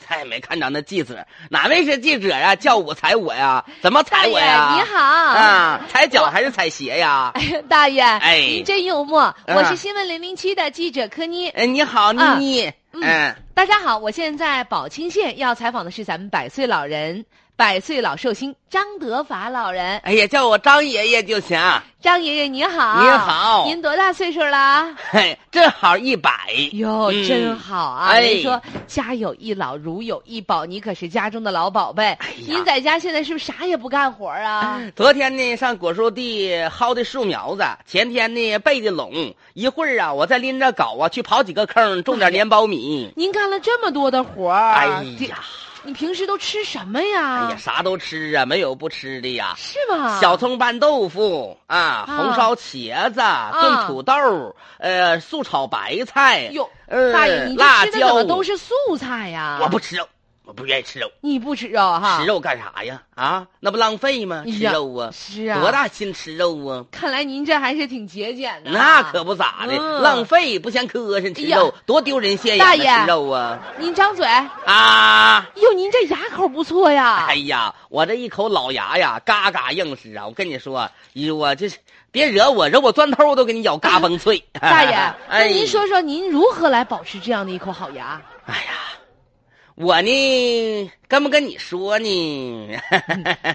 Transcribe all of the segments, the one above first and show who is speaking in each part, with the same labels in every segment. Speaker 1: 蔡美看长的记者，哪位是记者呀、叫我踩我呀？怎么踩我呀？
Speaker 2: 大哎爷你好
Speaker 1: 啊，踩脚还是踩鞋呀？
Speaker 2: 大爷，
Speaker 1: 哎
Speaker 2: 您真幽默。
Speaker 1: 嗯
Speaker 2: 我是新闻零零七的记者柯妮。
Speaker 1: 哎，你好，妮
Speaker 2: 嗯
Speaker 1: 妮，
Speaker 2: 嗯
Speaker 1: 嗯，
Speaker 2: 大家好，我现在宝清县要采访的是咱们百岁老人、百岁老寿星张德法老人。
Speaker 1: 哎呀，叫我张爷爷就行，
Speaker 2: 张爷爷您好，
Speaker 1: 您好
Speaker 2: 您多大岁数啦？
Speaker 1: 嘿，正好一百。
Speaker 2: 哟，
Speaker 1: 嗯
Speaker 2: 真好啊！
Speaker 1: 哎
Speaker 2: 您说家有一老，如有一宝，你可是家中的老宝贝。
Speaker 1: 呀
Speaker 2: 您在家现在是不是啥也不干活哎啊？
Speaker 1: 昨天呢，上果树地薅的树苗子，前天呢背的垄，一会儿啊，我再拎着镐啊去刨几个坑，种点粘苞米。
Speaker 2: 您干了这么多的活儿，
Speaker 1: 哎呀，
Speaker 2: 哎啊这你平时都吃什么呀？
Speaker 1: 哎呀，啥都吃啊，没有不吃的呀。
Speaker 2: 是吗？
Speaker 1: 小葱拌豆腐啊，红烧茄子，
Speaker 2: 啊
Speaker 1: 炖土豆，呃，素炒白菜。
Speaker 2: 哟，
Speaker 1: 呃
Speaker 2: 大爷，你这
Speaker 1: 辣
Speaker 2: 吃的怎么
Speaker 1: 椒
Speaker 2: 都是素菜呀？
Speaker 1: 我不，吃肉，我不愿意吃肉，
Speaker 2: 你不吃肉啊哈？
Speaker 1: 吃肉干啥呀？啊，那不浪费吗？
Speaker 2: 哎
Speaker 1: 吃
Speaker 2: 呀
Speaker 1: 肉啊，
Speaker 2: 是啊，
Speaker 1: 多？大心吃肉啊？
Speaker 2: 看来您这还是挺节俭的。
Speaker 1: 那可，不咋的，
Speaker 2: 啊嗯
Speaker 1: 浪费不嫌磕碜，吃
Speaker 2: 哎呀
Speaker 1: 肉多丢人现
Speaker 2: 大
Speaker 1: 眼的
Speaker 2: 爷
Speaker 1: 吃肉啊
Speaker 2: 您张嘴，
Speaker 1: 啊！
Speaker 2: 哟，您这牙口不错呀。
Speaker 1: 哎呀，我这一口老牙呀，嘎嘎硬实啊！我跟你说，咦，我这是别惹我，惹我砖头都给你咬嘎嘣脆。
Speaker 2: 大爷， 那
Speaker 1: 哎
Speaker 2: 您说说您如何来保持这样的一口好牙？
Speaker 1: 哎呀，我呢，跟不跟你说呢？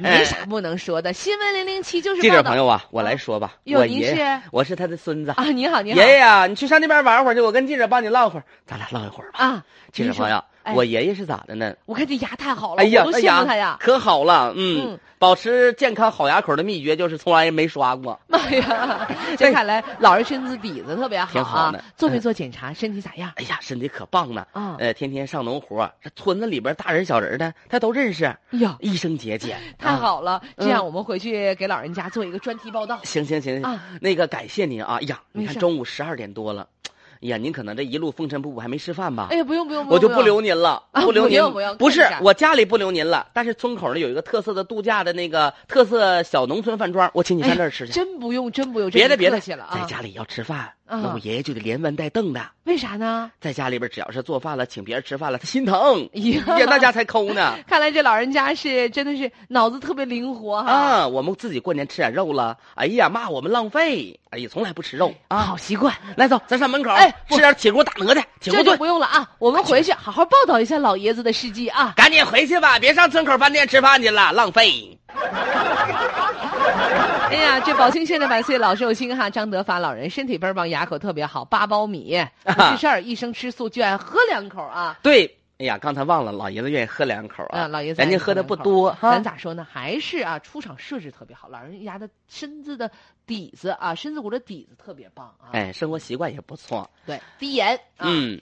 Speaker 2: 没啥不能说的。新闻零零七就是
Speaker 1: 记
Speaker 2: 报
Speaker 1: 者
Speaker 2: 道
Speaker 1: 哎朋友啊，我来说吧，
Speaker 2: 哟
Speaker 1: 我
Speaker 2: 您
Speaker 1: 爷
Speaker 2: 是
Speaker 1: 我是他的孙子。
Speaker 2: 啊，你好，你好，
Speaker 1: 爷爷啊，你去上那边玩会儿去，我跟记者帮你唠会儿，咱俩唠一会儿吧。
Speaker 2: 啊，
Speaker 1: 记
Speaker 2: 您
Speaker 1: 者
Speaker 2: 说
Speaker 1: 朋友，
Speaker 2: 哎
Speaker 1: 我爷爷是咋的呢？
Speaker 2: 我看这牙太好了，
Speaker 1: 哎呀，
Speaker 2: 我
Speaker 1: 那
Speaker 2: 都羡慕他呀。
Speaker 1: 可好了，嗯，
Speaker 2: 啊嗯
Speaker 1: 保持健康好牙口的秘诀就是从来没刷过。
Speaker 2: 妈哎呀，这看来老人身子底子特别好
Speaker 1: 哎挺
Speaker 2: 啊
Speaker 1: 好的！
Speaker 2: 做没做检查？身体咋样？
Speaker 1: 哎呀，身体可棒呢，
Speaker 2: 啊，
Speaker 1: 呃，天天上农活，这村子里边大人小人的他都认识，
Speaker 2: 哎呀，
Speaker 1: 医生节俭，
Speaker 2: 太
Speaker 1: 啊。
Speaker 2: 好了！这
Speaker 1: 嗯
Speaker 2: 样
Speaker 1: 哎
Speaker 2: 我们回去给老人家做一个专题报道
Speaker 1: 行行行，行
Speaker 2: 啊。
Speaker 1: 那个感谢您啊，哎呀，你
Speaker 2: 没
Speaker 1: 看
Speaker 2: 事
Speaker 1: 中午十二点多了，哎呀，您可能这一路风尘仆仆还没吃饭吧？
Speaker 2: 哎呀，不用不用，
Speaker 1: 我就
Speaker 2: 不
Speaker 1: 不
Speaker 2: 用
Speaker 1: 留您了，
Speaker 2: 啊
Speaker 1: 留
Speaker 2: 不
Speaker 1: 您
Speaker 2: 用不用，
Speaker 1: 不
Speaker 2: 看
Speaker 1: 是
Speaker 2: 一下
Speaker 1: 我家里不留您了，但是村口呢有一个特色的度假的那个特色小农村饭庄，我请你上这儿吃去。
Speaker 2: 真不用，真不用，
Speaker 1: 别的别的，
Speaker 2: 去了
Speaker 1: 在
Speaker 2: 哎啊！
Speaker 1: 家里要吃饭，
Speaker 2: 啊
Speaker 1: 那我爷爷就得连碗带凳的。
Speaker 2: 为啥呢？
Speaker 1: 在家里边只要是做饭了，请别人吃饭了，他心疼，
Speaker 2: 哎 呀
Speaker 1: 呀，那家才抠呢。
Speaker 2: 看来这老人家是真的是脑子特别灵活哈，
Speaker 1: 啊，我们自己过年吃点肉了，哎呀，骂我们浪费，哎呀，从来不吃肉啊
Speaker 2: 好。习惯。
Speaker 1: 来走，咱上门口，
Speaker 2: 哎
Speaker 1: 吃点铁锅打鹅的，铁锅
Speaker 2: 这就
Speaker 1: 炖，
Speaker 2: 不用了啊，我们回去好好报道一下老爷子的事迹啊。
Speaker 1: 赶紧回去吧，别上村口饭店吃饭去了，浪费。
Speaker 2: 哎呀，这宝庆县的百岁老寿星哈张德发老人身体倍儿棒，牙口特别好，八包米
Speaker 1: 啊
Speaker 2: 不是事儿，一生吃素就爱喝两口啊。
Speaker 1: 对，哎呀，刚才忘了，老爷子愿意喝两口啊。
Speaker 2: 啊，老爷子，
Speaker 1: 人家喝的不，多哈
Speaker 2: 咱。咋说呢？还是啊，出场设置特别好，老人家的身子的底子啊，身子骨的底子特别棒啊。，
Speaker 1: 哎，生活习惯也不错。
Speaker 2: 对，低盐，啊、。
Speaker 1: 哎嗯，